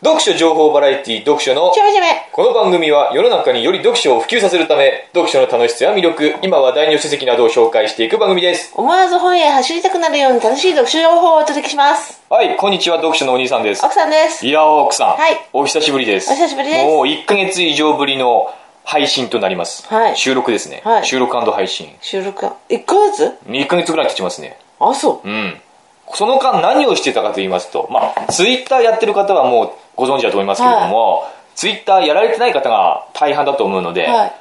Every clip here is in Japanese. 読書情報バラエティ読書のちょめちょめこの番組は世の中により読書を普及させるため読書の楽しさや魅力今話題の書籍などを紹介していく番組です思わず本屋へ走りたくなるように楽しい読書情報をお届けしますはいこんにちは読書のお兄さんです奥さんですいやー奥さん、はいお久しぶりですお久しぶりですもう1ヶ月以上ぶりの配信となります、はい収録ですね、はい収録配信収録は1ヶ月1ヶ月ぐらい経ちますねあそううんその間何をしてたかと言いますとまあツイッターやってる方はもうご存知だと思いますけれども、ツイッターやられてない方が大半だと思うので、はい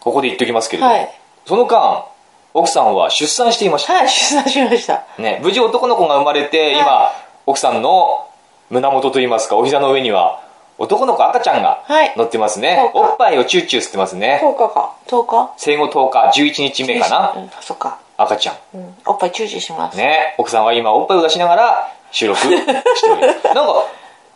ここで言っておきますけれども、はいその間奥さんは出産していました、はい出産しましたね、無事男の子が生まれて、今奥さんの胸元といいますかお膝の上には男の子赤ちゃんがはい乗ってますね、そうかおっぱいをチューチュー吸ってますね10日か10日生後10日11日目かなうんそっか、赤ちゃんうん、おっぱい注視します、ね、奥さんは今おっぱいを出しながら収録しておりますな んか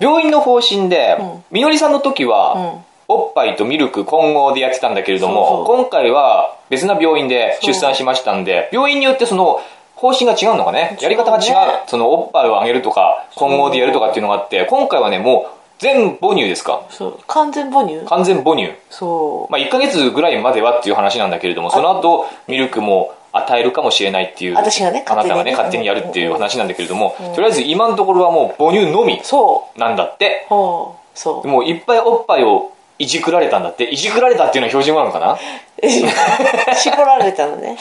病院の方針で、うんみのりさんの時は、おっぱいとミルク混合でやってたんだけれどもそうそ今回は別な病院で出産しましたんで病院によってその方針が違うのかねやり方が違う違うねそのおっぱいをあげるとか混合でやるとかっていうのがあって今回はねもう全母乳ですかそう完全母乳完全母乳そうまあ1ヶ月ぐらいまではっていう話なんだけれどもその後ミルクも与えるかもしれないっていう私がねあな勝手にたがね勝手にやるっていう話なんだけれども、とりあえず今のところはもう母乳のみそなんだってうほうそもういっぱいおっぱいをいじくられたんだっていじくられたっていうのは標準語なのかなう 絞られたのね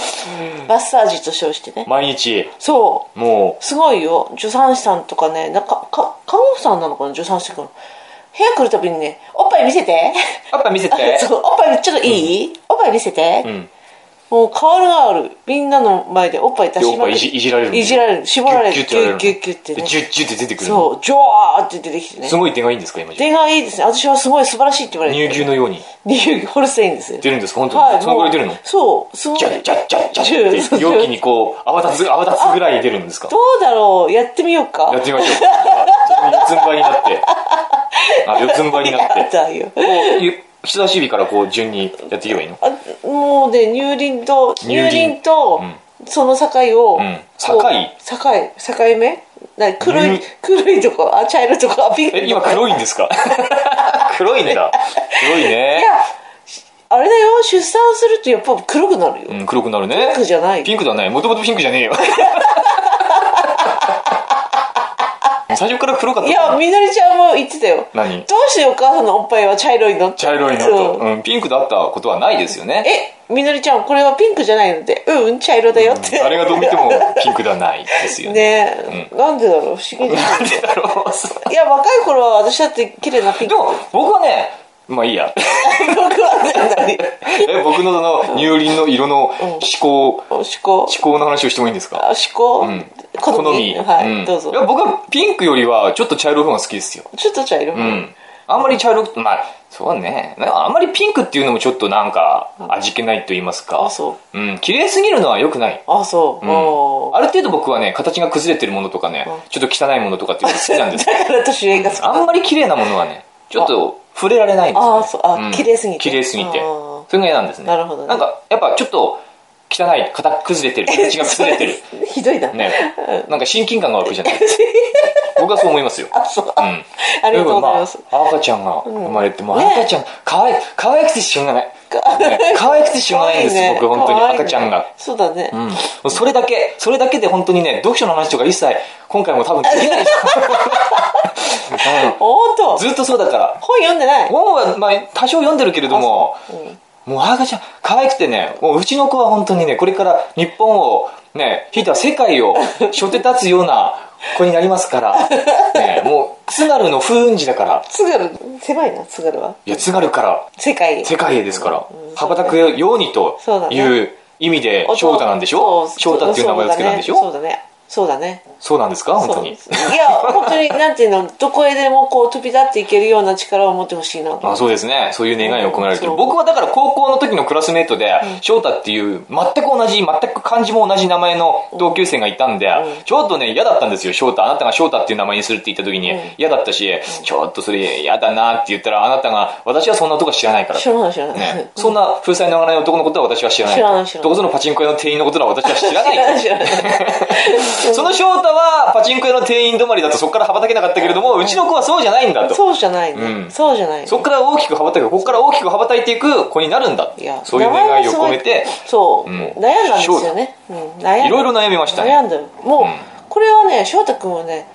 マッサージと称してね毎日そうもすごいよ助産師さんとかねなんかか看護婦さんなのかな助産師くん部屋来るたびにね「おっぱい見せて」うおっぱい見せて そうおっぱいちょっといい、おっぱい見せて」んもう変わるがあるみんなの前でおっぱい出でしおっまぱくいいじいじられるんだよいじられる絞られるギュッギュッてやられるのギュでッギュッギュッてねジュッジュッて出てくるのそうジョワーって出てきてねすごい手がいいんですか今じゃ出がいいですね私はすごい素晴らしいって言われて乳牛のように乳牛ホルステインですよ出るんですか本当に、はいそのぐらい出るのもうそうすごいジャッジャッジャッジャッって容器にこう泡立つ泡立つぐらい出るんですかどうだろうやってみようかやってみましょう。四つん這いになって。あ、四つん這いになっやて。だよこうゆ、人差し指からこう順にやっていけばいいのあもうね乳輪と乳輪輪と、その境を、んこう境境境目な黒い乳黒いとこあ茶色とこあピンクえ、今黒いんです か黒いんだ。黒いいねや。あれだよ出産するとやっぱ黒くなるよ、うん、黒くなるね。ピンクじゃないピンクではない。もともとピンクじゃ ねえよ。最初から黒かったいかやなみのりちゃんも言ってたよ何どうしてお母さんのおっぱいは茶色いのって茶色いのそうと、うん、ピンクだったことはないですよね。えみのりちゃんこれはピンクじゃないのでうんうん茶色だよって、誰がどう見てもピンクではないですよね。ねえ、なんでだろう不思議でなんでだろ う。いや若い頃は私だって綺麗なピンでク も、僕はね、まあいいや。僕はねえ 僕のその乳輪の色の思考、何おしこ思考の話をしてもいいんですかあ思考、好みはい、んどうぞいや僕はピンクよりはちょっと茶色い方が好きですよちょっと茶色、うんあんまり茶色くまあそうねなんかあんまりピンクっていうのもちょっとなんか味気ないと言いますかあそううん綺麗すぎるのは良くないあそう、うんもある程度僕はね形が崩れてるものとかねちょっと汚いものとかっていうのが好きなんうですだから年上が好きあんまり綺麗なものはねちょっと触れられないんですよ、ね、ああそうあ綺麗すぎて綺麗すぎてあそーれが嫌なんですねなるほどねなんかやっぱちょっと汚い型崩れてる形が崩れてるそ ひどいな、ねなんか親近感が湧くじゃない僕はそう思いますよあそう、うん ありがとうございます、だからあ赤ちゃんが生まれて、もうね赤ちゃん可愛い可愛くてしょうがない、ね可愛くてしょうがないんです可愛 ね僕本当に可愛いね赤ちゃんがそうだね、うん、それだけそれだけで本当にね読書の話とか一切今回も多分できないと思うう んおーとずっとそうだから本読んでない本は、まあ、多少読んでるけれども、もうあやかちゃん可愛くてねもううちの子は本当にねこれから日本をねひいては世界を背負って立つよう な子になりますから、ね、もう津軽の風雲児だから津軽狭いな津軽はいや津軽から世界世界へですから、うん羽ばたくようにとそうだいねう意味で翔太なんでしょそう翔太っていう名前を付けたんでしょそそうう,、だねそうだねなんですかそう本だ当ねにそういや本当になんていうのどこへでもこう飛び立っていけるような力を持ってほしいなあそうですねそういう願いを込められてるそう僕はだから高校の時のクラスメートで、翔太っていう全く同じ全く漢字も同じ名前の同級生がいたんで、うちょっとね嫌だったんですよ翔太あなたが翔太っていう名前にするって言った時に嫌だったし、ちょっとそれ嫌だなって言ったらあなたが私はそんなとこ知らないから知らない知らない、ね、 そんな風船の上がらない男のことは私は知らない知らない知らない どこぞのパチンコ屋の店員のことは私は知らない知らないその翔太はパチンコ屋の店員止まりだとそこから羽ばたけなかったけれどもうちの子はそうじゃないんだとそうじゃないね、うんそうじゃないねそこから大きく羽ばたくここから大きく羽ばたいていく子になるんだいやそういう願いを込めてそう、うん悩んだんですよね、うん、悩んだいろいろ悩みましたね悩んだよもう、うんこれはね翔太君はね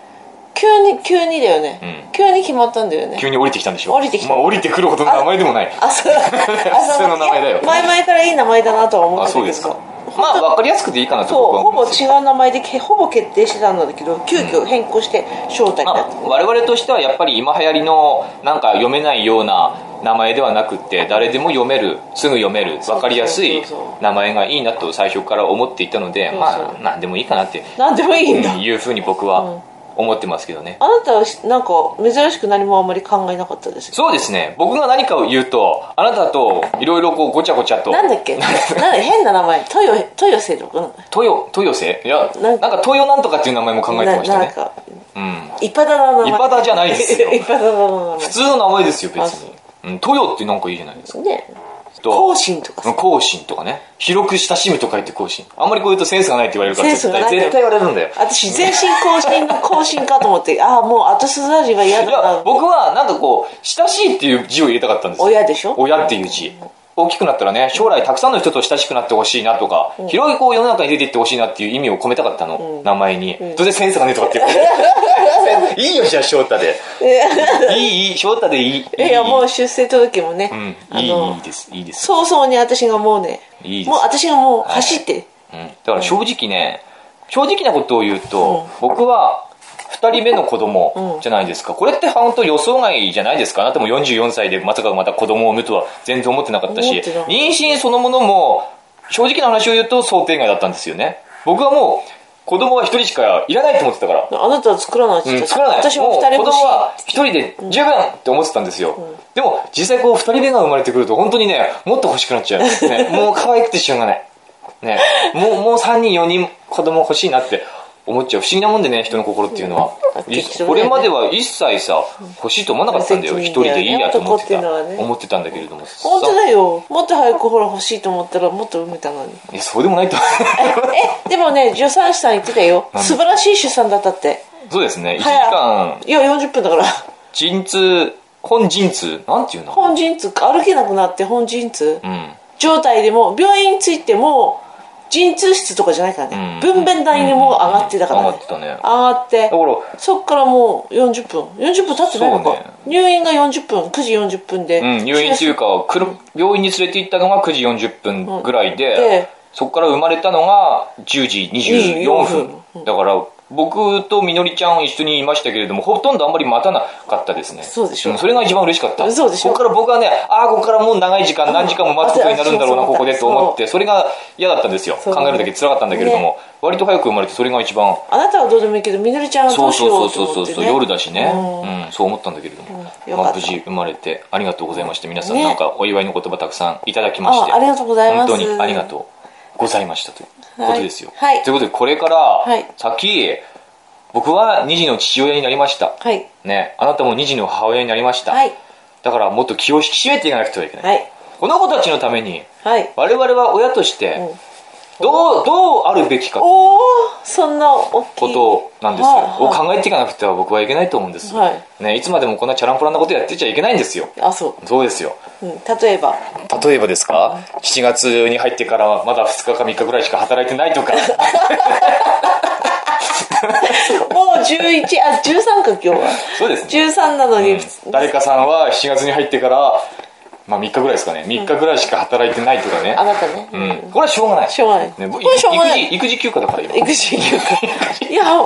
急に急にだよね、うん急に決まったんだよね急に降りてきたんでしょ降りてきたまあ、降りてくるほどの名前でもない あそうあその名前だよいや前々からいい名前だなとは思っあてたそんうでですすけかどまあ分かりやすくていいかなとそう僕はほ思ぼうんです違う名前でけほぼ決定してたんだけど急遽変更して招待にまなあった、、我々としてはやっぱり今流行りのなんか読めないような名前ではなくって誰でも読めるすぐ読めるそう分かりやすいそうそうそ名前がいいなと最初から思っていたのでそうそうまあ何でもいいかなってなんでもいいんだ、いうふうに僕は思ってますけどねあなたはしなんか珍しく何もあんまり考えなかったですけどそうですね僕が何かを言うとあなたといろいろこうごちゃごちゃとなんだっけなんだ変な名前豊豊瀬とか豊豊瀬いやななんんかか豊なんとかっていう名前も考えてましたななんねかうんイパダの名前イパダじゃないです よイパダの名普通の名前ですよ別にうん豊ってなんかいいじゃないですか前ねと後進とかさ後進とかね広く親しむと書いて後進あんまりこう言うとセンスがないって言われるからセンス絶がない対絶対言われるんだよ私全身更新の更新かと思ってああもう後ずさりは嫌いだやな僕はなんかこう親しいっていう字を入れたかったんですよ親でしょ親っていう字大きくなったらね将来たくさんの人と親しくなってほしいなとか、広いこう世の中に出ていってほしいなっていう意味を込めたかったの、名前に、どうせセンスがねえとかって言われ ていいよじゃあ翔太でいいいい翔太でいいいやもう出生届もね、うん、あいいのいいですいいです、早々に私がもうねいいですもう私がもう走って、うん、だから正直ね正直なことを言うと、僕は2人目の子供じゃないですか、これって本当予想外じゃないですかあなたも44歳でまさかまた子供を産むとは全然思ってなかった思しってなかった妊娠そのものも正直な話を言うと想定外だったんですよね僕はもう子供は1人しかいらないと思ってたからあなたは作らないって言うん、ってた作らない私も二う子人欲供しいは一人で十分って思ってたんですよ、でも実際こう二人目が生まれてくると本当にねもっと欲しくなっちゃう、 ね、もう可愛くてしょうがない、ね、もうもう3人4人子供欲しいなって思っちゃう不思議なもんでね人の心っていうのは、うんい適当だよねこれまでは一切さ欲しいと思わなかったんだよ別一に人いいんだよねでいいやと思ってた男っていうのはね思ってたんだけれどもさ本当だよもっと早くほら欲しいと思ったらもっと産めた のにいやそうでもないと えでもね助産師さん言ってたよ素晴らしい出産だったってそうですね1時早間いや40分だから陣痛本陣痛なんていうの本陣痛歩けなくなって本陣痛うん状態でも病院に着いても陣痛室とかじゃないからね、うん分娩台にもう上がってたからね、うん上がってたね上がってだからそっからもう40分40分経ってないのか、そうね入院が40分9時40分で、うん、入院というか、くる病院に連れて行ったのが9時40分ぐらいで、うんでそこから生まれたのが10時24分。だから、僕とみのりちゃん一緒にいましたけれども、ほとんどあんまり待たなかったですね。そうでしょんそれが一番嬉しかった。そうでしょここから僕はね、ああ、ここからもう長い時間、何時間も待つことになるんだろうな、あそうここでと思って、それが嫌だったんですよ。そう考えるだけ辛かったんだけれども、割と早く生まれて、それが一番、あなたはどうでもいいけどみのりちゃんはどそううしそうよそううとそう思そっうて、ね、夜だしね、うんうんそう思ったんだけれども、よかまったあ、無事生まれてありがとうございました皆さんなんかお祝いの言葉たくさんいただきましてあありがとうございます本当にありがとうございましたということですよ、はいはいということでこれから、い先僕は2児の父親になりました、はいね、あなたも2児の母親になりました、はいだからもっと気を引き締めていかなくてはいけない、はいこの子たちのためにはい我々は親としてうんどうどうあるべきかおおそんな大きいことなんですよ、はいをは考いえていかなくては僕はいけないと思うんです、はいいね、いつまでもこんなチャランポランなことやってちゃいけないんですよあそそうですよう、うん、例えば例えばですか7月に入ってからはまだ2日か3日ぐらいしか働いてないとかもう11あ13か今日はそうですね、 13なのに、うん誰かさんは7月に入ってから、まあ、3日ぐらいですかね3日ぐらいしか働いてないとかねあ、なたね、うんこれはしょうがないしょうがないね、僕これしょうがない育児育児休暇だから今育児休暇いや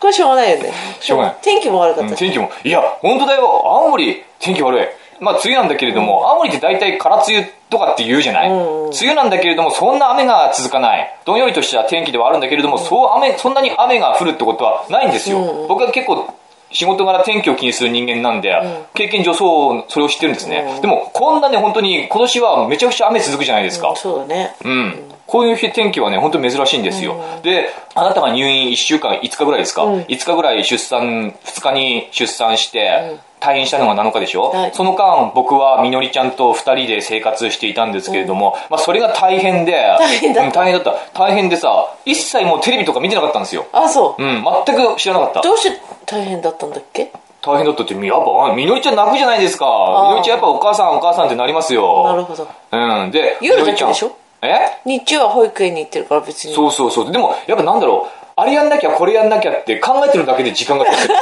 これしょうがないよねしょうがない天気も悪かうっんたし、天気もいや本当だよ青森天気悪いまあ梅雨なんだけれども、青森って大体空梅雨とかって言うじゃない、んうん梅雨なんだけれどもそんな雨が続かないどんよりとした天気ではあるんだけれども、そう雨そんなに雨が降るってことはないんですよ、僕は結構仕事柄天気を気にする人間なんで、経験上そうそれを知ってるんですね、でもこんなね本当に今年はめちゃくちゃ雨続くじゃないですか、そうだねうん、こういう日天気はね、本当に珍しいんですよ。で、あなたが入院1週間、5日ぐらいですか、うん ?5 日ぐらい出産、2日に出産して、退院したのが7日でしょ、はいその間、僕はみのりちゃんと2人で生活していたんですけれども、まあ、それが大変で、大変だったうん大変だった。大変でさ、一切もうテレビとか見てなかったんですよ。あそう、うん、全く知らなかった。どうして大変だったんだっけ大変だったって、やっぱ、みのりちゃん泣くじゃないですか。ーみのりちゃんやっぱお母さんお母さんってなりますよ。なるほどうん、で、夜だけでしょえ日中は保育園に行ってるから別にそうそうそう。でも、やっぱなんだろう。あれやんなきゃ、これやんなきゃって考えてるだけで時間がかかってる。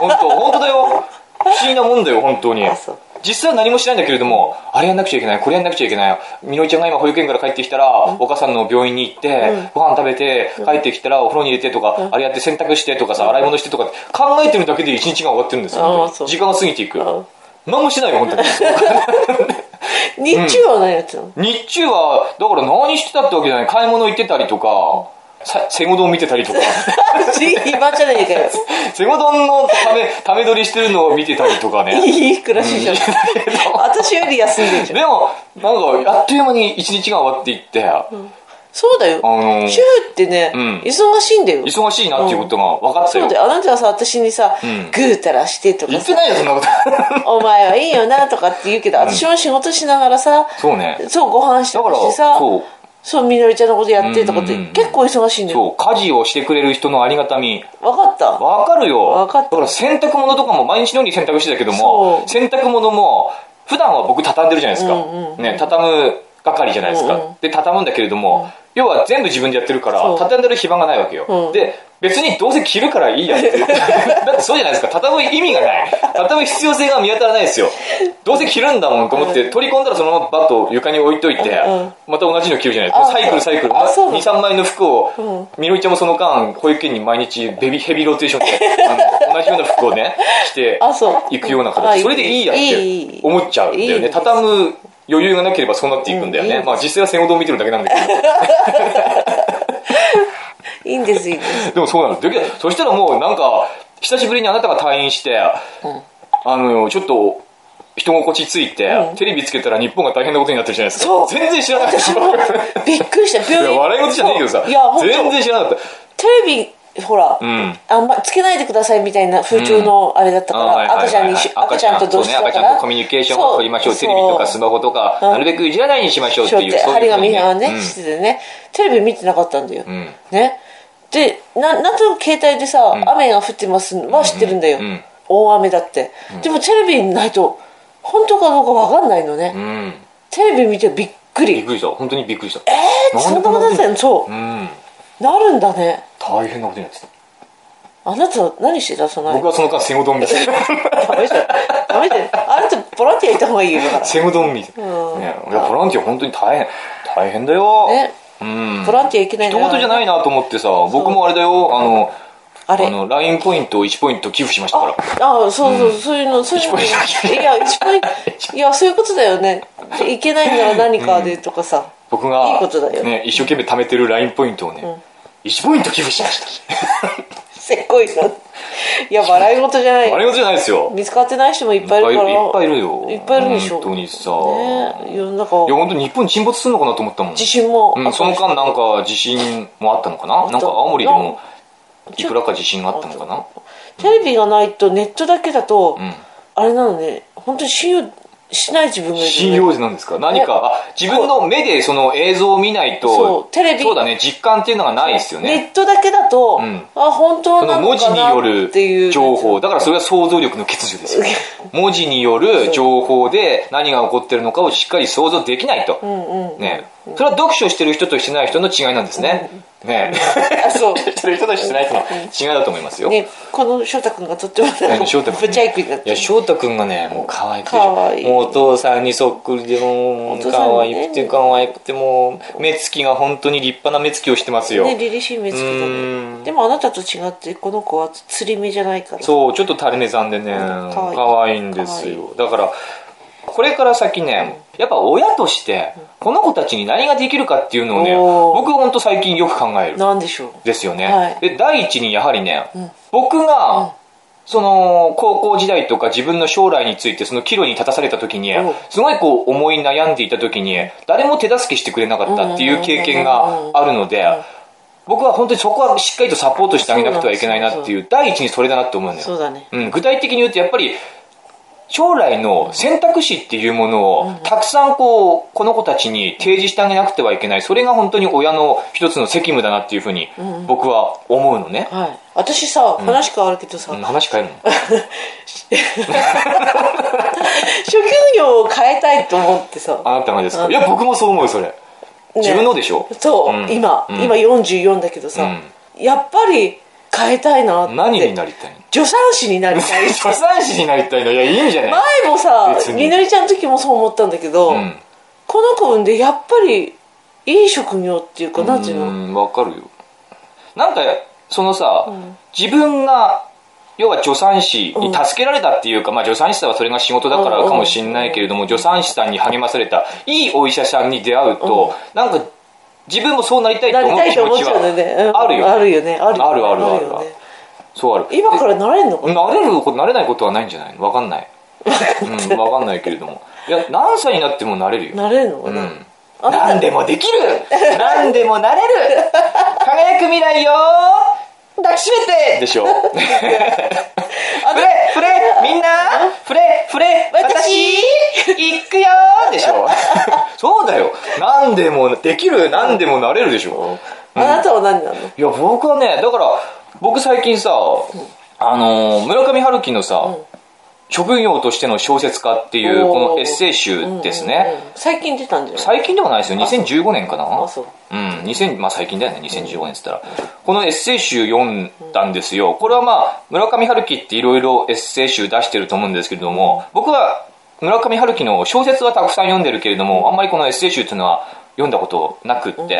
本当本当だよ。不思議なもんだよ、本当にあそう。実際は何もしないんだけれども、あれやんなくちゃいけない、これやんなくちゃいけない。みのりちゃんが今保育園から帰ってきたら、お母さんの病院に行って、ご飯食べて、帰ってきたらお風呂に入れてとか、あれやって洗濯してとかさ、洗い物してとかって考えてるだけで一日が終わってるんですよあー本当そうに。時間が過ぎていく。あ何もしないよ、本当に。日中は何やってた の、日中は、だから何してたってわけじゃない。買い物行ってたりとか、さセゴドン見てたりとか、今じゃねえかよセゴドンのため、ため撮りしてるのを見てたりとかね。いい暮らしじゃん私より休んでるじゃんでも、なんか、あっという間に一日が終わっていって、そうだよ、あのー主婦ってね、うん忙しいんだよ忙しいなっていうことが分かったそようだ。よあなたはさ私にさ、んぐうたらしてと言かっさてないよ、そんな こと。お前はいいよなとかって言うけど、私も仕事しながらさそうね。そうご飯してだかほら、しさそう、そうみのりちゃんのことやってとかっうんうんうてん結構忙しいんだよそう、家事をしてくれる人のありがたみ、分かったわかるよ。わかっただから洗濯物とかも毎日のように洗濯してたけどそも、う洗濯物も、普段は僕畳んでるじゃないですか。うんうんうんね、畳む係じゃないですか。うんうんで、畳むんだけれども、要は全部自分でやってるかそらう、畳んでる暇がないわけよ。うんで、別にどうせ着るからいいやっ て。だってそうじゃないですか。畳む意味がない。畳む必要性が見当たらないですよ。どうせ着るんだもんと思って、取り込んだらそのままバッと床に置いといて、うんうんまた同じの着るじゃないですか。あサイクルサイクル。あそうなの2、3枚の服を、みのりちゃんもその間、保育園に毎日ベビヘビローテーション で、あの同じような服をね、着てあそういくようなあい形。いそれでいいやっいいいいて思っちゃうんだいいよでね。す畳む余裕がなければそうなっていくんだようんいいでね。すまあ実際は戦後を見てるだけなんだけいいんですいいんですど、でもそうなんです。だけどそしたらもうなんか、久しぶりにあなたが退院して、あの、ちょっと、人心地ついて、テレビつけたら日本が大変なことになってるじゃないですか。そう全然知らなかっ 私もた。びっくりしたい病や院笑い事じゃねえけどさいや本全然当知らなかったテレビほら、んあんまつけないでくださいみたいな風潮のあれだったかあはいはら、いはい赤ちゃんにし赤ちゃんと同室だからそうね、赤ちゃんとコミュニケーションを取りましょう。そテレビとかそうスマホとか、んなるべくいじらないようにしましょうってしょいう。ってそう張いりうふうに紙がね、うんしててねテレビ見てなかったんだよ、んねでななんとなく携帯でさ、雨が降ってますは知ってるんだよ、うんうん大雨だって、でもテレビないと本当かどうか分かんないのね、うん。テレビ見てびっくびっりくりした。本当にびっくりした。えー、そんなことだったのそう、うん。なるんだね大変なことになってた。あなた何してたその間僕はその間、セゴドン みたいな。ダメじゃん ダメじゃんあなたボランティア行った方がいいよ だからセゴドンみたいな。うんねいやボランティア本当に大変。大変だよ。ねうん。ボランティア行けない一言じゃいないなと思ってさ、僕もあれだよ、あの、あれあの、LINE ポイントを1ポイント寄付しましたから。ああそうそう、そういうのそういうの一ポイントいや一ポイントいやそういうことだよねいけないなら何かでとかさ、僕いいがことだよね、一生懸命貯めてる LINE ポイントをね、1ポイント寄付しました。せっこいのいや笑い事じゃないあれ事じゃないですよ。見つかってない人もいっぱいいるからいっぱいいるよいっぱいいるでしょ本当にさね世の中いや本当に日本沈没するのかなと思ったもん地震もうん、その間なんか地震もあったのかななんか青森でもいくらか地震があったのかなテレビがないとネットだけだと、んあれなのね本当に信用しない自分がいる、ね、信用時なんですか何かあ自分の目でその映像を見ないとそうテレビそうだね実感っていうのがないですよネねットだけだと、んあ本当そなのの文字かになよっていうる情報だからそれは想像力の欠如ですよ文字による情報で何が起こってるのかをしっかり想像できないと、うんうんねそれは読書してる人としてない人の違いなんですね、ね あそうしてる人としてない人の違いだと思いますよ、ねこの翔太君がとってもなんか翔太君ぶちゃいくになっいてやる翔太君がねもう可愛くてしょ可愛いもうお父さんにそっくりでもおう父さんね可愛くて可愛くてもう目つきが本当に立派な目つきをしてますよ、ね凛々しい目つきだうねんでもあなたと違ってこの子は釣り目じゃないからそうちょっと垂れ目さんでね可愛い可愛いんですよだからこれから先ねやっぱ親としてこの子たちに何ができるかっていうのをねおー僕本当最近よく考えるなんでしょうですよね、はいで第一にやはりね、僕がその、高校時代とか自分の将来について、その岐路に立たされた時にうん、すごいこう思い悩んでいた時に、誰も手助けしてくれなかったっていう経験があるので、僕は本当にそこはしっかりとサポートしてあげなくてはいけないなっていう、第一にそれだなって思うのよ。そうだねうん、具体的に言うとやっぱり将来の選択肢っていうものをたくさんこうこの子たちに提示してあげなくてはいけないそれが本当に親の一つの責務だなっていうふうに僕は思うのね、はい私さ話変わるけどさ、うん話変えるの職業を変えたいと思ってさあなたがですかいや僕もそう思うそれ、自分のでしょそう、うん今、うん今44だけどさ、やっぱり変えたいなって何になりたいの助産師にな りたい助産師になりたいのいやいいんじゃない、前もさ 別にみのりちゃんの時もそう思ったんだけど、うんこの子産んでやっぱりいい職業っていうかなんていうの、んわかるよなんかそのさ、自分が要は助産師に助けられたっていうか、まあ、助産師さんはそれが仕事だからかもしれないけれども、助産師さんに励まされたいいお医者さんに出会うと、なんか自分もそうなりたいとなり思うたい気と思っ持ちちゃうんだよね、うんはあるよ、ねあるよねあるあるあるあるあるよねそうある今からなれんのかな慣れること慣れないことはないんじゃないのわかん ないうん、わかんないけれどもいや何歳になってもなれるよなれるのかな、うんあなた何でもできる何でもなれる輝く未来よ抱きしめてでしょフレフレみんなフレフレ私私行くよでし ょそうだよ何でもできる何でもなれるでしょあなたは何なのいや僕はねだから僕最近さあのー村上春樹のさ、職業としての小説家っていうおーこのエッセイ集ですね、うんうんうん最近出たんじゃない最近ではないですよ2015年かなあそううん2000まあ最近だよね2015年っつったらこのエッセイ集読んだんですよこれはまあ村上春樹っていろいろエッセイ集出してると思うんですけれども僕は村上春樹の小説はたくさん読んでるけれどもあんまりこのエッセイ集っていうのは読んだことなくって、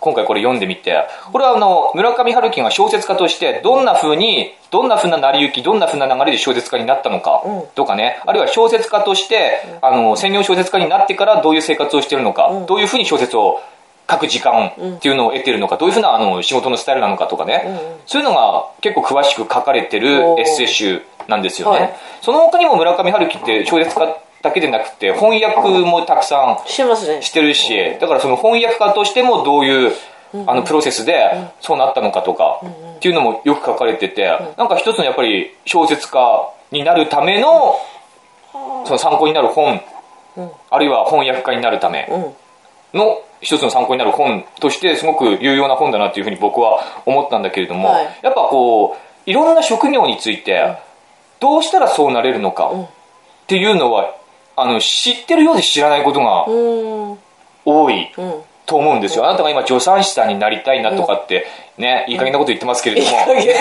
今回これ読んでみてこれはあの村上春樹が小説家としてどんな風にどんな風な成り行きどんな風な流れで小説家になったのかうんとかねあるいは小説家としてあの専業小説家になってからどういう生活をしてるのかどういう風に小説を書く時間っていうのを得てるのかどういう風なあの仕事のスタイルなのかとかねそういうのが結構詳しく書かれてるエッセイ集なんですよね、はいその他にも村上春樹って小説家だけでなくて翻訳もたくさんしてますねしてるし、だからその翻訳家としてもどういう、あのプロセスでそうなったのかとか、っていうのもよく書かれてて、なんか一つのやっぱり小説家になるための、その参考になる本、あるいは翻訳家になるためうんの一つの参考になる本としてすごく有用な本だなっていうふうに僕は思ったんだけれども、はいやっぱこういろんな職業についてどうしたらそうなれるのかっていうのはあの知ってるようで知らないことがうんうん多いと思うんですよ、あなたが今助産師さんになりたいなとかってね、 いい加減なこと言ってますけれいいども、加減ね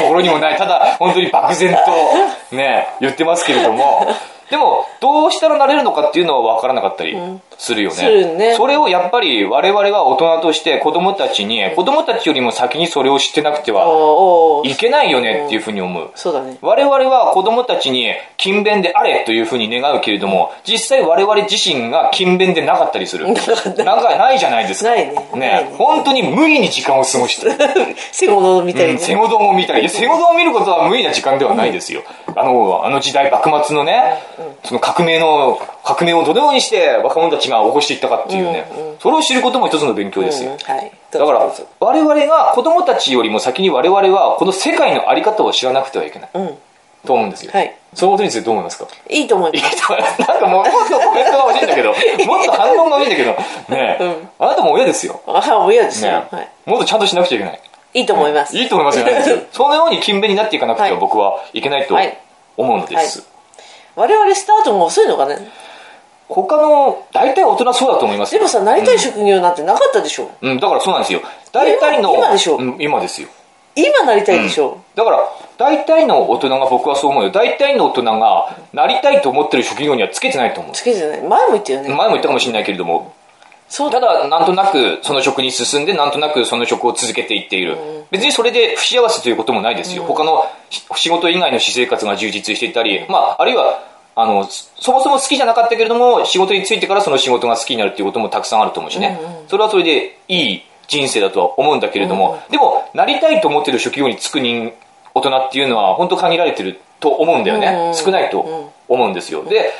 心にもないただ本当に漠然 とね言ってますけれどもでもどうしたらなれるのかっていうのは分からなかったりするよね,、するねそれをやっぱり我々は大人として子供たちに子供たちよりも先にそれを知ってなくてはおーおーいけないよねっていうふうに思うそうだね我々は子供たちに勤勉であれというふうに願うけれども、実際我々自身が勤勉でなかったりす る。なんかないじゃないですか。ないねないね本当に無意に時間を過ごしてる。 背物みたいに、うん、セゴドンを見たり、いや、セゴドンを見ることは無意な時間ではないですよ。あの、あの時代、幕末のね、その革命の、革命をどのようにして若者たちが起こしていったかっていうね、それを知ることも一つの勉強ですよ。うんはいだかどうらぞどうぞ我々が子供たちよりも先に我々はこの世界のあり方を知らなくてはいけない、んと思うんですよ、はいそのことについてどう思いますかいいと思いいまやすなんかもうもっとコメントが欲しいんだけどもっと反応が欲しいんだけどねえ、あなたも親ですよ、あはい親ですねよ、えはいもっとちゃんとしなくちゃいけないいいと思います、いいと思いますよ、ね、そのように勤勉になっていかなくてははい僕はいけないとはい思うのです、は 我々スタートが遅いのかね他の大体大人そうだと思いますでよもさなりたい職業なんてなかったでしょ、うん、だからそうなんですよ大体の今今でしょうん今ですよ今なりたいでしょ、だから大体の大人が僕はそう思うよ大体の大人がなりたいと思ってる職業にはつけてないと思うつけてない前も言ったよね、前も言ったかもしれないけれどもそうただなんとなくその職に進んでなんとなくその職を続けていっている別にそれで不幸せということもないですよ他のし仕事以外の私生活が充実していたりまああるいはあのそそもそも好きじゃなかったけれども仕事についてからその仕事が好きになるっていうこともたくさんあると思うしねそれはそれでいい人生だとは思うんだけれどもでもなりたいと思っている職業に就く人大人っていうのは本当限られてると思うんだよね、うんうん少ないと思うんですよ、で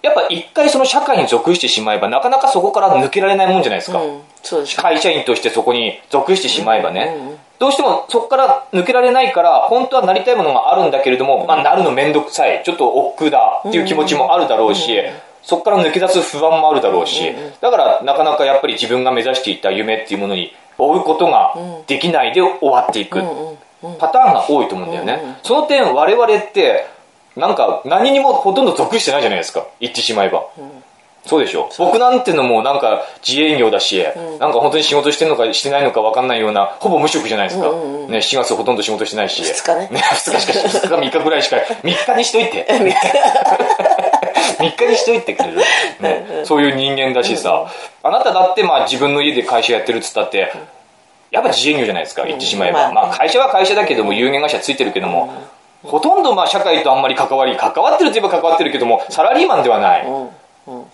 やっぱ一回その社会に属してしまえばなかなかそこから抜けられないもんじゃないですか、うん、そうです会社員としてそこに属してしまえばね、うんうんどうしてもそこから抜けられないから本当はなりたいものがあるんだけれども、まあ、なるの面倒くさいちょっと億劫だっていう気持ちもあるだろうし、そこから抜け出す不安もあるだろうし、だからなかなかやっぱり自分が目指していた夢っていうものに追うことができないで終わっていくうんうんパターンが多いと思うんだよね、うんうんその点我々ってなんか何にもほとんど属してないじゃないですか言ってしまえば、そうでしょ僕なんてのもうなんか自営業だし、なんか本当に仕事してんのかしてないのか分かんないようなほぼ無職じゃないですか、うんうんうんね、7月ほとんど仕事してないし二日ね2日しかし2日3日ぐらいしか3日にしといて 3日にしといてくれる、ね、そういう人間だしさ、あなただってまあ自分の家で会社やってるっつったって、やっぱ自営業じゃないですか言ってしまえば、まあねまあ、会社は会社だけども有限会社ついてるけども、ほとんどまあ社会とあんまり関わり関わってるといえば関わってるけどもサラリーマンではない、うんうん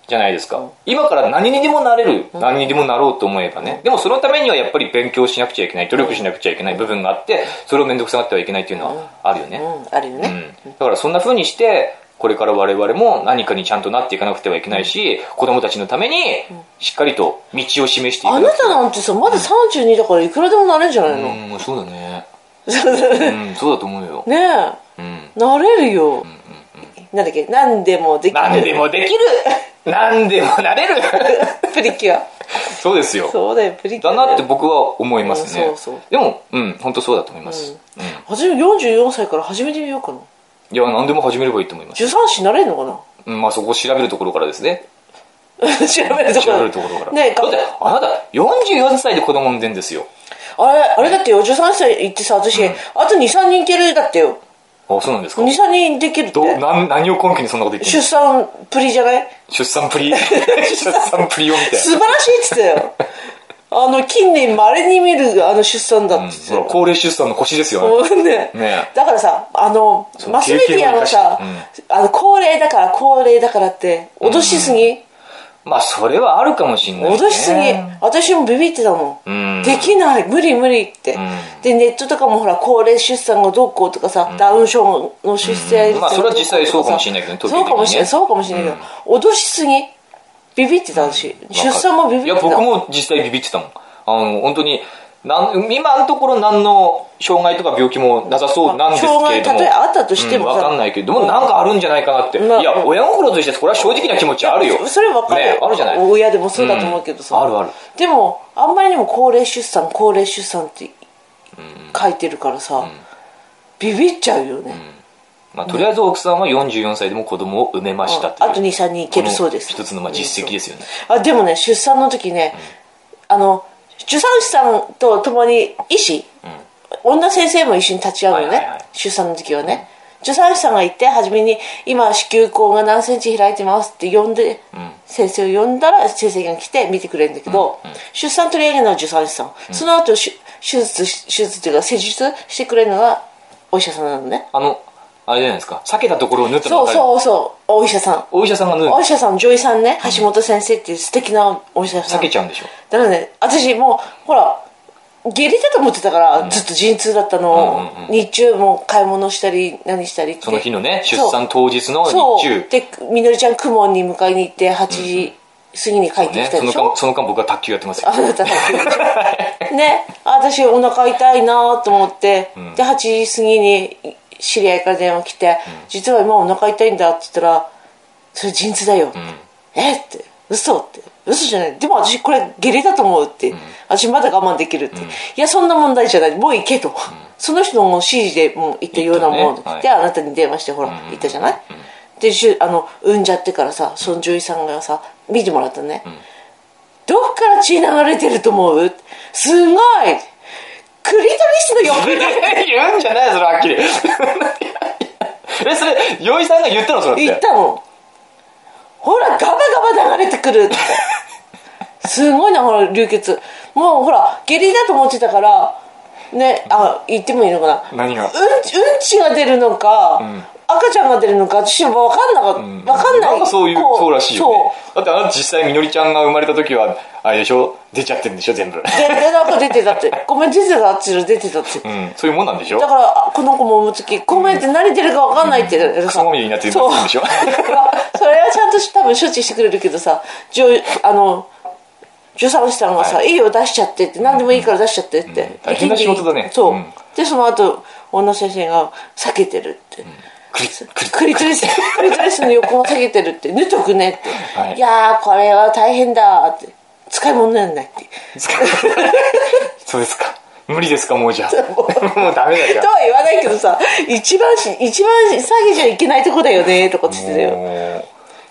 じゃないですか、今から何にでもなれる、何にでもなろうと思えばね、でもそのためにはやっぱり勉強しなくちゃいけない努力しなくちゃいけない部分があってそれを面倒くさがってはいけないっていうのはあるよね、うんあるよね、うん、だからそんな風にしてこれから我々も何かにちゃんとなっていかなくてはいけないし、子供たちのためにしっかりと道を示していあかななくてたなんてさまだ32だからいくらでもなれんじゃない の、うんそうだねうんそうだと思うよ、ねうん、えなれるよ、なんだっけ何でもできる何でもできる何でもなれる プリキュアそうですよそうだよプリキュだアなって僕は思いますね、うんそうそうでもうん本当そうだと思います、うん初め44歳から始めてみようかないや何でも始めればいいと思います、 13子なれるのかなうんまあ、そこを調べるところからですね 調べるとこ調ろべるところからねえだってあなた44歳で子供産んでんですよあれあれだってよ13歳行ってさ私、あと23人いけるだってよあそうなんですか23人できるってど何何を根拠にそんなこと言ってん出の産プリじゃない出産プリ出産プリを見て素晴らしいっつってたよ あの近年まれに見るあの出産だっつってたよ、高齢出産の腰ですよねもうねねだからさあのそうマスメディアのさ、経験を生あの高齢だから高齢だからって脅しすぎ、まあそれはあるかもしれない、ね、脅しすぎ私もビビってたもん、うんできない無理無理って、んでネットとかもほら高齢出産がどうこうとかさ、ダウン症の出生率まあそれは実際がどうこうとそうかもさしれないけどねそうかもしれない統そうかもしれないけど、脅しすぎビビってたし、出産もビビっていやた僕も実際ビビってたもんあの本当になん今のところ何の障害とか病気もなさそうなんですけれども障害たとえあったとしてもうんさわかんないけどでもなんかあるんじゃないかなって、まあいや親心としてこれは正直な気持ちあるよそれは分かるよ、ねあるじゃない親でもそうだと思うけどさ、うんあるあるでもあんまりにも高齢出産高齢出産って書いてるからさ、ビビっちゃうよね、まあ、とりあえず奥さんは44歳でも子供を産めましたっていう、あと23人いけるそうですこの一つのまあ実績ですよね、あでもね出産の時ね、あの助産師さんと共に医師、女先生も一緒に立ち会うのね、はいはいはい出産の時はね助産師さんが行って初めに「今子宮口が何センチ開いてます」って呼んで、先生を呼んだら先生が来て見てくれるんだけど、出産取り上げるのは助産師さん、その後し手術し手術というか施術してくれるのがお医者さんなのねあのあれじゃないですか避けたところを縫ったのそ分うかるそうそうお医者さんお医者さんが縫うお医者さん女医さんね橋本先生っていう素敵なお医者さん避けちゃうんでしょだからね私もうほら下痢だと思ってたからずっと陣痛だったの、うんうん日中も買い物したり何したりってその日のね出そう産当日の日そう中でみのりちゃん公文に迎えに行って8時過ぎに帰ってねきたそでのしょ、間その間僕は卓球やってますよあな ただけね私お腹痛いなと思って、で8時過ぎに知り合いから電話来て「実は今お腹痛いんだ」って言ったら「それ陣痛だよ」えっ?」って「嘘って嘘じゃないでも私これ下痢だと思う」って、私まだ我慢できる」って、いやそんな問題じゃないもう行け」と、その人の指示でもう行ったようなもの行ったねはいであなたに電話してほら行ったじゃない、でしゅあの産んじゃってからさその女医さんがさ見てもらったのね、どっから血流れてると思うすごいクリトリスの横に 言うんじゃないよそれはっきり えそれよいさんが言ったのそれ行っってたのほらガバガバ流れてくるってすごいなほら流血もうほら下痢だと思ってたからねあ言ってもいいのかな何がうんちうんちが出るのか、赤ちゃんが出るのか私も分かんなかった、分かんないなんかそういうこそうらしいよねだってあの実際みのりちゃんが生まれた時はあれでしょ出ちゃってるんでしょ全 部そうででなんか出てたってごめん出てたって言うの出てたって、うんそういうもんなんでしょだからあこの子も産む時ごめんって何出るか分かんないって言うからクさソまみれになってるんそうでしょそれはちゃんと多分処置してくれるけどさ女あの助産師さんがさ「、はいいよ出しちゃって」って「何でもいいから出しちゃって」って、うん大変な仕事だねそう、うんでその後女先生が「避けてる」って。クリクリト リス、クリトリスの横を下げてるって、縫っとくねって。はいい、やー、これは大変だーって。使い物にならないって。そうですか無理ですかもうじ ゃあ もうダメだじゃとは言わないけどさ、一番し、一番下げちゃいけないとこだよねーとかって言ってたんよ。もう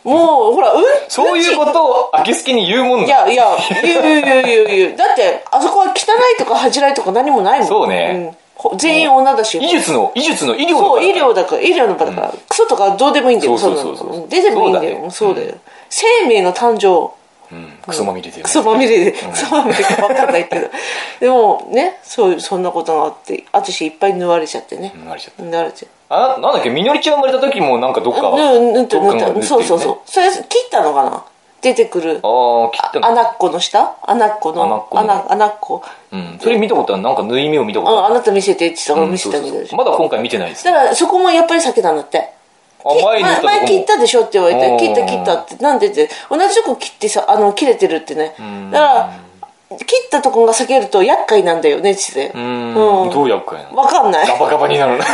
もう、ほら、うんそういうことを秋月に言うもんないやいや、言う言う言う言う。だって、あそこは汚いとか恥じらいとか何もないもん。そうねうんほ全員女だし。医術の医術の医療のそ場う、だ医療だから、医療の場だから、クソとかどうでもいいんだよ、そそううそなうそうの。そううん出てもいいんだよ、そそううだだよよ。生命の誕生。うんクソまみれでクソまみれで、クソまみれか分かんないけど。でも、ね、そう、そんなことがあって、私いっぱい縫われちゃってね。うんあれちゃった縫われちゃって。あななんだっけみのりちゃん生まれた時もなんかどっか縫う、縫ってどっか縫っが縫ってるて。ねそうそうそう。それ、切ったのかな出てくる。ああ切ったの穴っこの下穴っこの。穴っこの穴穴っこ。うん、それ見たことあるなんか縫い目を見たこうとん、ああなた見せてって言ったかる、ら見せそうたそうみたいですそうまだ今回見てないですだからそこもやっぱり避けたんだってあ前に言ったとこも前切ったでしょって言われうんて切った切ったってなんでって同じとこ切ってさあの切れてるってねだから切ったとこが避けると厄介なんだよねって言ってうたーよんうんどうやっかいなわかんな いガバガバにな るな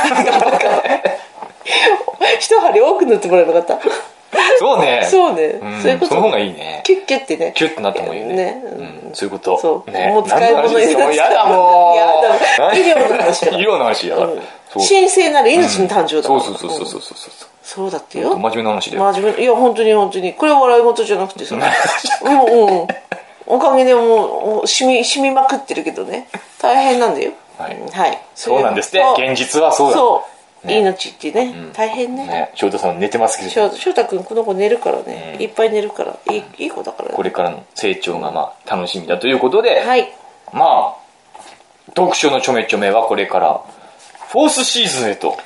一針多く塗ってもらえばよかっ そうねたそうねうんそういうことその方がいいねキュッキュッてねキュッとなってもいいよねねうん、そういうことそうねもう使い何の物話ですかもうにやなっちだゃうもう やだ医療の話だ医療の話やだから、そう神聖なる命の誕生だかそらうそうそうそうそうそうそうそうだって真よ面目な話だよ真面目いや本当に本当にこれは笑い事じゃなくてさもう、うん、おかげでもう染み染みまくってるけどね大変なんだよはいはい、そうなんですねそう現実はそうだそう、ね命ってね、大変ねね翔太さん寝てますけれ翔ど翔太君この子寝るからね、いっぱい寝るからいいいい子だから、これからの成長がまあ楽しみだということで、 はいまあ読書のちょめちょめはこれからフォースシーズンへと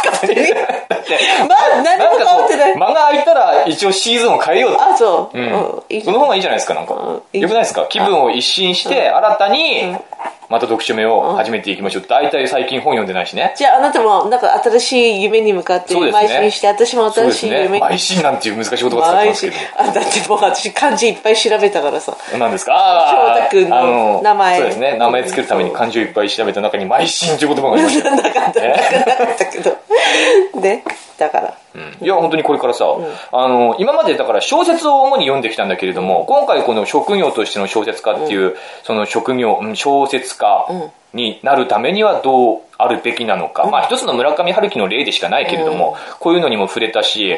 まあ何なんもか変わこってなうい間が空いたら一応シーズンを変えようとあそう、うんいいその方がいいじゃないですかなんかうんよいいくないですか気分を一新して新たにまた読書目を始めていきましょう大体最近本読んでないしねじゃああなたもなんか新しい夢に向かってそうですね邁進して、私もそうで新しすいね夢に邁進なんていう難しい言葉使って邁ますけ進どあだってもう私漢字いっぱい調べたからさ何ですかあー翔太君のあ名前そうですね名前つけるために漢字をいっぱい調べた中に「邁進」という言葉がありましたよなかった、えなかったけど。ね、だから。うんいや本当にこれからさ、あの今までだから小説を主に読んできたんだけれども、今回この職業としての小説家っていう、その職業うん小説家になるためにはどうあるべきなのか、まあ一つの村上春樹の例でしかないけれども、こういうのにも触れたし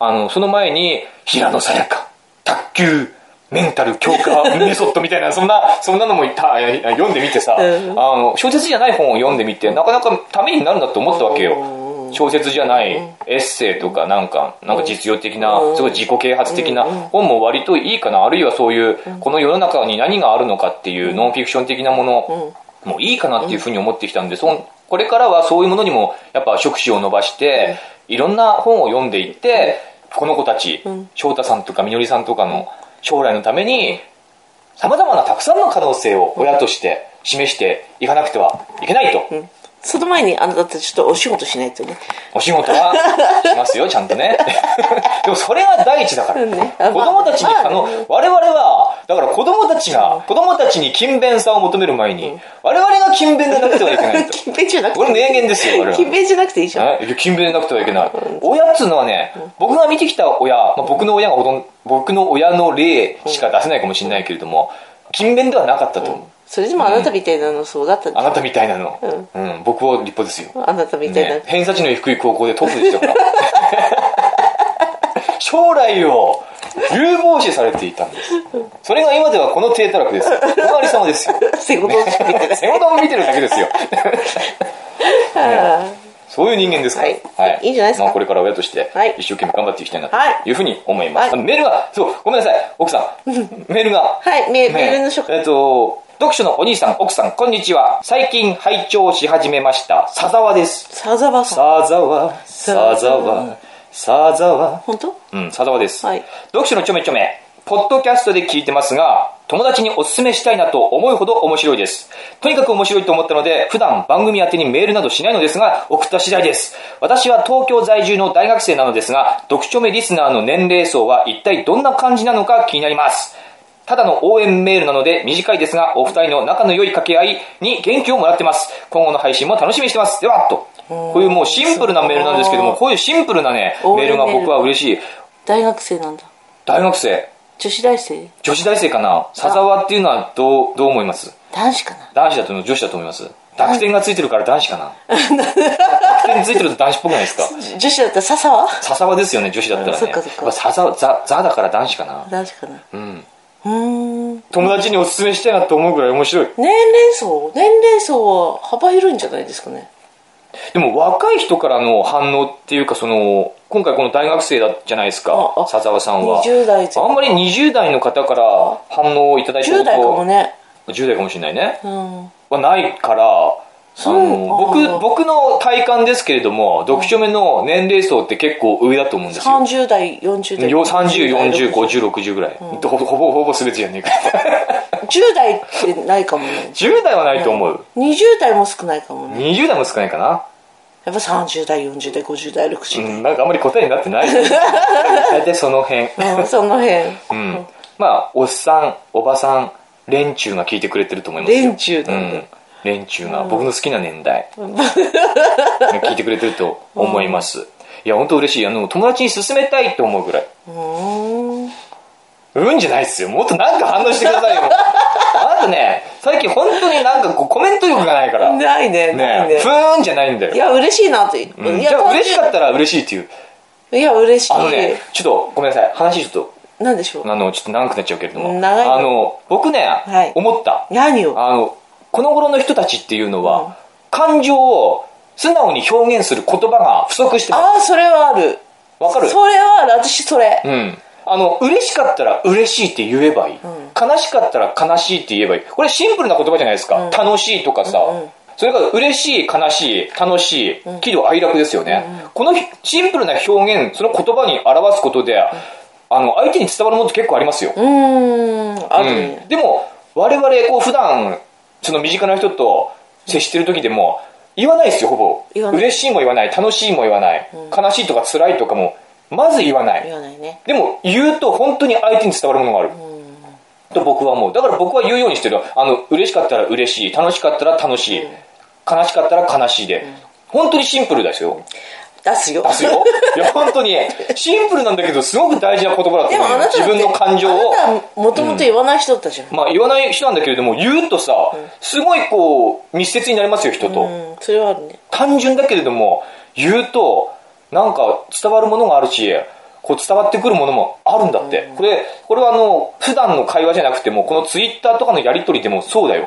あのその前に平野さやか卓球メンタル強化メソッドみたいなそんなそんなのもいたいや読んでみてさ、うんあの小説じゃない本を読んでみてなかなかためになるなと思ったわけよ。小説じゃないエッセイとかなんかなんか実用的なすごい自己啓発的な本も割といいかなあるいはそういうこの世の中に何があるのかっていうノンフィクション的なものもいいかなっていうふうに思ってきたんでそんこれからはそういうものにもやっぱ触手を伸ばしていろんな本を読んでいってこの子たち翔太さんとかみのりさんとかの将来のためにさまざまなたくさんの可能性を親として示していかなくてはいけないと。その前にあなたたちちょっとお仕事しないとね。お仕事はしますよ、ちゃんと ね。でもそれが第一だから。うんね子供たちにまあ可能、我々は、だから子供たちが、子供たちに勤勉さを求める前に、我々が勤勉でなくてはいけないと。 勤勉じゃなくて。これ名言ですよ、我々。勤勉じゃなくていいじゃん。えいや勤勉でなくてはいけない。親っつうのはね、僕が見てきた親、まあ、僕の親がほとんど、僕の親の例しか出せないかもしれないけれども、勤勉ではなかったと思う。それでもあなたみたいなのそうだったんあだ。なたみたいなの。うん、僕は立派ですよ。あなたみたいな ね。、偏差値の低い高校でトップでしたから 将来を有望視されていたんですそれが今ではこの低たらくですよおかわり様ですよ仕事をしみたいな。背中を見てるだけですよはそういう人間ですから、はいいいんじゃないですかまあ、これから親としてはい一生懸命頑張っていきたいなとはいいうふうに思います、はい あのメールがそうごめんなさい奥さんメールがい、ねメメールの紹介。えっと読書のお兄さん、奥さん、こんにちは。最近拝聴し始めました。佐沢です。さざわさん佐沢、佐沢、佐沢。本当うん、佐沢です、はい読書のちょめちょめポッドキャストで聞いてますが友達にお勧めしたいなと思うほど面白いですとにかく面白いと思ったので普段番組宛てにメールなどしないのですが送った次第です私は東京在住の大学生なのですが読書目リスナーの年齢層は一体どんな感じなのか気になりますただの応援メールなので短いですがお二人の仲の良い掛け合いに元気をもらってます今後の配信も楽しみにしてますではとこういうもうシンプルなメールなんですけどもこういうシンプルなね応メー援メールルが僕は嬉しい大学生なんだ大学生女子大生女子大生かな佐沢っていうのはどうどう思います男子かな男子だと思う女子だと思います濁点がついてるから男子かな濁点ついてると男子っぽくないですかじ女子だったら笹は佐沢ですよね女子だったらそねっかそっかまあ佐沢ザザだから男子かな男子かなうんうん友達におすすめしたいなと思うぐらい面白い年齢層年齢層は幅広いんじゃないですかねでも若い人からの反応っていうかその今回この大学生だじゃないですかああ佐沢さんは20代前あんまり20代の方から反応をいただいたこ10と代かもね10代かもしれないねうんはないから、あうのあ僕ー僕の体感ですけれども読書目の年齢層って結構上だと思うんですよ30代40代30405060ぐらい、ほぼほぼほぼ全てじゃねえか10代ってないかもね10代はないと思う、 20代も少ないかもね20代も少ないかな、やっぱ30代40代50代う60代、ん、なんかあんまり答えになってない 大体その辺うん、その辺うんまあおっさんおばさん連中が聞いてくれてると思いますよ連中なんうだ、ん、連中が僕の好きな年代聞いてくれてると思います、いや本当嬉しいあの友達に勧めたいと思うぐらいうんじゃないですよもっとなんか反応してくださいよ あなたね最近本当になんかこうコメント力がないからねないねないねふーんじゃないんだいよ、や嬉しいなって、うんいじやゃあ単純嬉しかったら嬉しいっていういや嬉しいあのねちょっとごめんなさい話ちょっなんでしょとうあのちょっと長くなっちゃうけれども長いよあの僕ね、はい思った何をあの、この頃の人たちっていうのは、うん感情を素直に表現する言葉が不足してます。ああそれはあるわかるそれはある私それうん。あの、嬉しかったら嬉しいって言えばいい。悲しかったら悲しいって言えばいい。これシンプルな言葉じゃないですか。楽しいとかさ。それから嬉しい、悲しい、楽しい、喜怒哀楽ですよね。このシンプルな表現、その言葉に表すことで、あの、相手に伝わるものって結構ありますよ。うーんあるね、でも我々こう普段その身近な人と接してる時でも言わないですよほ言ぼわない嬉しいも言わない楽しいも言わない、悲しいとか辛いとかもまず言わない言わないねでも言うと本当に相手に伝わるものがある、と僕は思うだから僕は言うようにしてるあの嬉しかったら嬉しい楽しかったら楽しい、悲しかったら悲しいで、本当にシンプルですよ。出すよ出す よ。いや、本当に。シンプルなんだけど、すごく大事な言葉だとで思うもあよなただって自分の感情を。あなたはもともと言わない人だったじゃん、まあ言わない人なんだけれども、言うとさ、すごいこう、密接になりますよ、人と。うんそれはあるね単純だけれども、言うと、なんか伝わるものがあるし、こう伝わってくるものもあるんだって。これ、これはあの、普段の会話じゃなくても、このツイッターとかのやりとりでもそうだよ。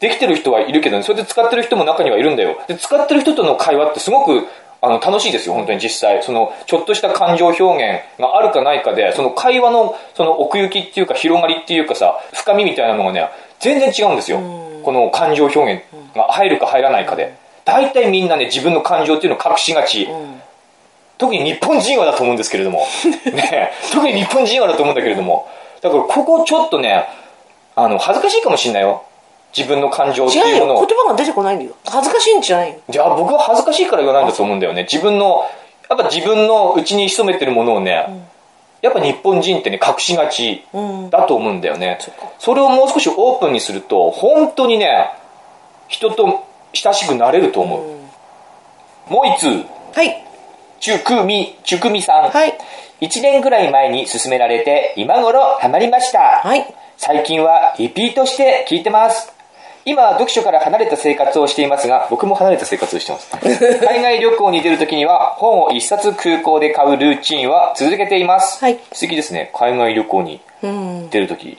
できてる人はいるけどね、それで使ってる人も中にはいるんだよ。で、使ってる人との会話ってすごく、あの、楽しいですよ、本当に実際。その、ちょっとした感情表現があるかないかで、その会話の、その奥行きっていうか、広がりっていうかさ、深みみたいなのがね、全然違うんですよ。この感情表現が入るか入らないかで。大体みんなね、自分の感情っていうのを隠しがち。特に日本人はだと思うんですけれど も。ね特に日本人はだと思うんだけれども。だから、ここちょっとね、あの、恥ずかしいかもしれないよ。自分の感情って違いううものをよ言葉が出てこないんだよ恥ずかしいんじゃないよじゃあ僕は恥ずかしいから言わないんだと思うんだよね自分のやっぱ自分の内に潜めてるものをね、やっぱ日本人ってね隠しがちだと思うんだよね、それをもう少しオープンにすると本当にね人と親しくなれると思う、もう一通はいちゅくみちゅくみさん、はい1年ぐらい前に勧められて今頃ハマりました、はい最近はリピートして聞いてます今は読書から離れた生活をしていますが僕も離れた生活を してます海外旅行に出るときには本を一冊空港で買うルーチンは続けています、はい素敵ですね海外旅行にうん出るとき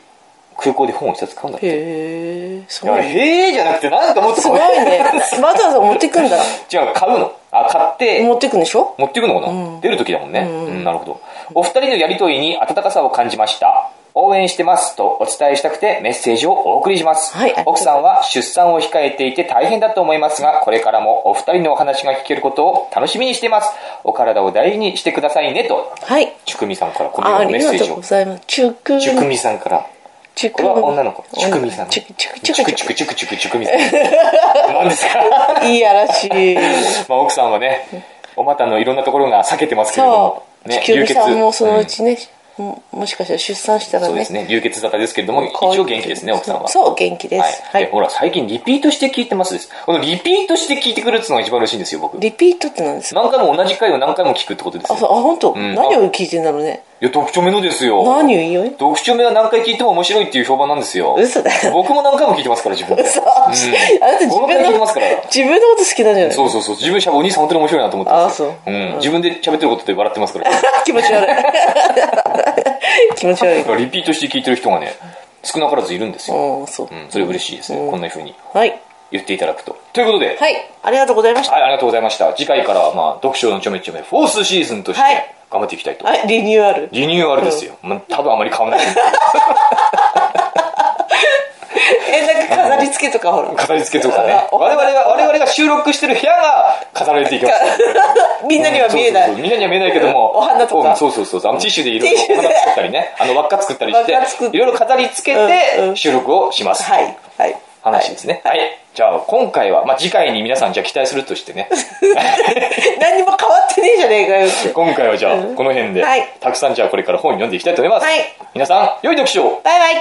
空港で本を一冊買うんだってへえすいやごいねへえじゃなくてなんかもっとすごいねわざわざ持ってくんだじゃあ買うのあ買って持ってくんでしょ持っていくのかな、出る時だもんね、うんなるほどお二人のやりとりに温かさを感じました応援してますとお伝えしたくてメッセージをお送りします。はいありがとうご奥ざいますさんは出産を控えていて大変だと思いますが、これからもお二人のお話が聞けることを楽しみにしています。お体を大事にしてくださいねと、はいちくみさんからこのよあうなあメッりセがーとジうごを。ざいますちゅくちくみさんから。ちこくれは女の子。ちくみさん。ちちくくちちくくちちくちくくちくちくちくみさん。何ですかいいやらしいまあ、奥さんはね、お股のいろんなところが避けてますけれどそも、う、ね、ちくみさんもそのううんちね、ももしかしたら出産したらそうねですね、流血沙汰ですけれども、一こういう応元気ですね、奥さんは。そう元気ではいすはい、でほら、最近リピートして聞いてますです。このリピートして聞いてくるっていうのが一番嬉しいんですよ、僕。リピートって何ですか何回も同じ回を何回も聞くってことですあよ。そうあ本当、ん何を聞いてんだろうねいや、読書目のですよ。何を言いよい読書目は何回聞いても面白いっていう評判なんですよ。嘘だ僕も何回も聞いてますから、自分で。嘘、あなた自この分回聞いてのますから。自分のこと好きなんじゃないそうそうそう。自分しゃべお兄さん本当に面白いなと思ってますよ。。あそうん自分で喋ってることで笑ってますから。 気持ち悪い 気持ち悪いだからリピートして聞いてる人がね、少なからずいるんですよ。うんそう、うん、それ嬉しいですね、こんな風にはい言っていただくと。ということで、はい、はいありがとうございましたありがとうございました。次回からは、まあ、読書のちょめちょめ、フォースシーズンとしはいて頑張っていきたいと。はいリニューアルリニューアルですよ。まあ、多分あまり変わらないけど。えなんか飾り付けとかほら飾り付けと かね。我々が、我々が収録してる部屋が飾られていきます。みんなに は見えそなうそうそうみいんなには見えないけども。お花とかうんそうそうそうそう。あのティッシュでいろいろティッシュおで花作ったりね。あの輪っか作ったりして輪っか作っ、いろいろ飾り付けうんうんて収録をします。はいはい話ですね。はい。じゃあ、今回は、まあ、次回に皆さん、じゃあ期待するとしてね。 何にも変わってねえじゃねえかよって今回はじゃあ、この辺で、はいたくさんじゃあこれから本読んでいきたいと思います。はい皆さん、良い読書をバイバイ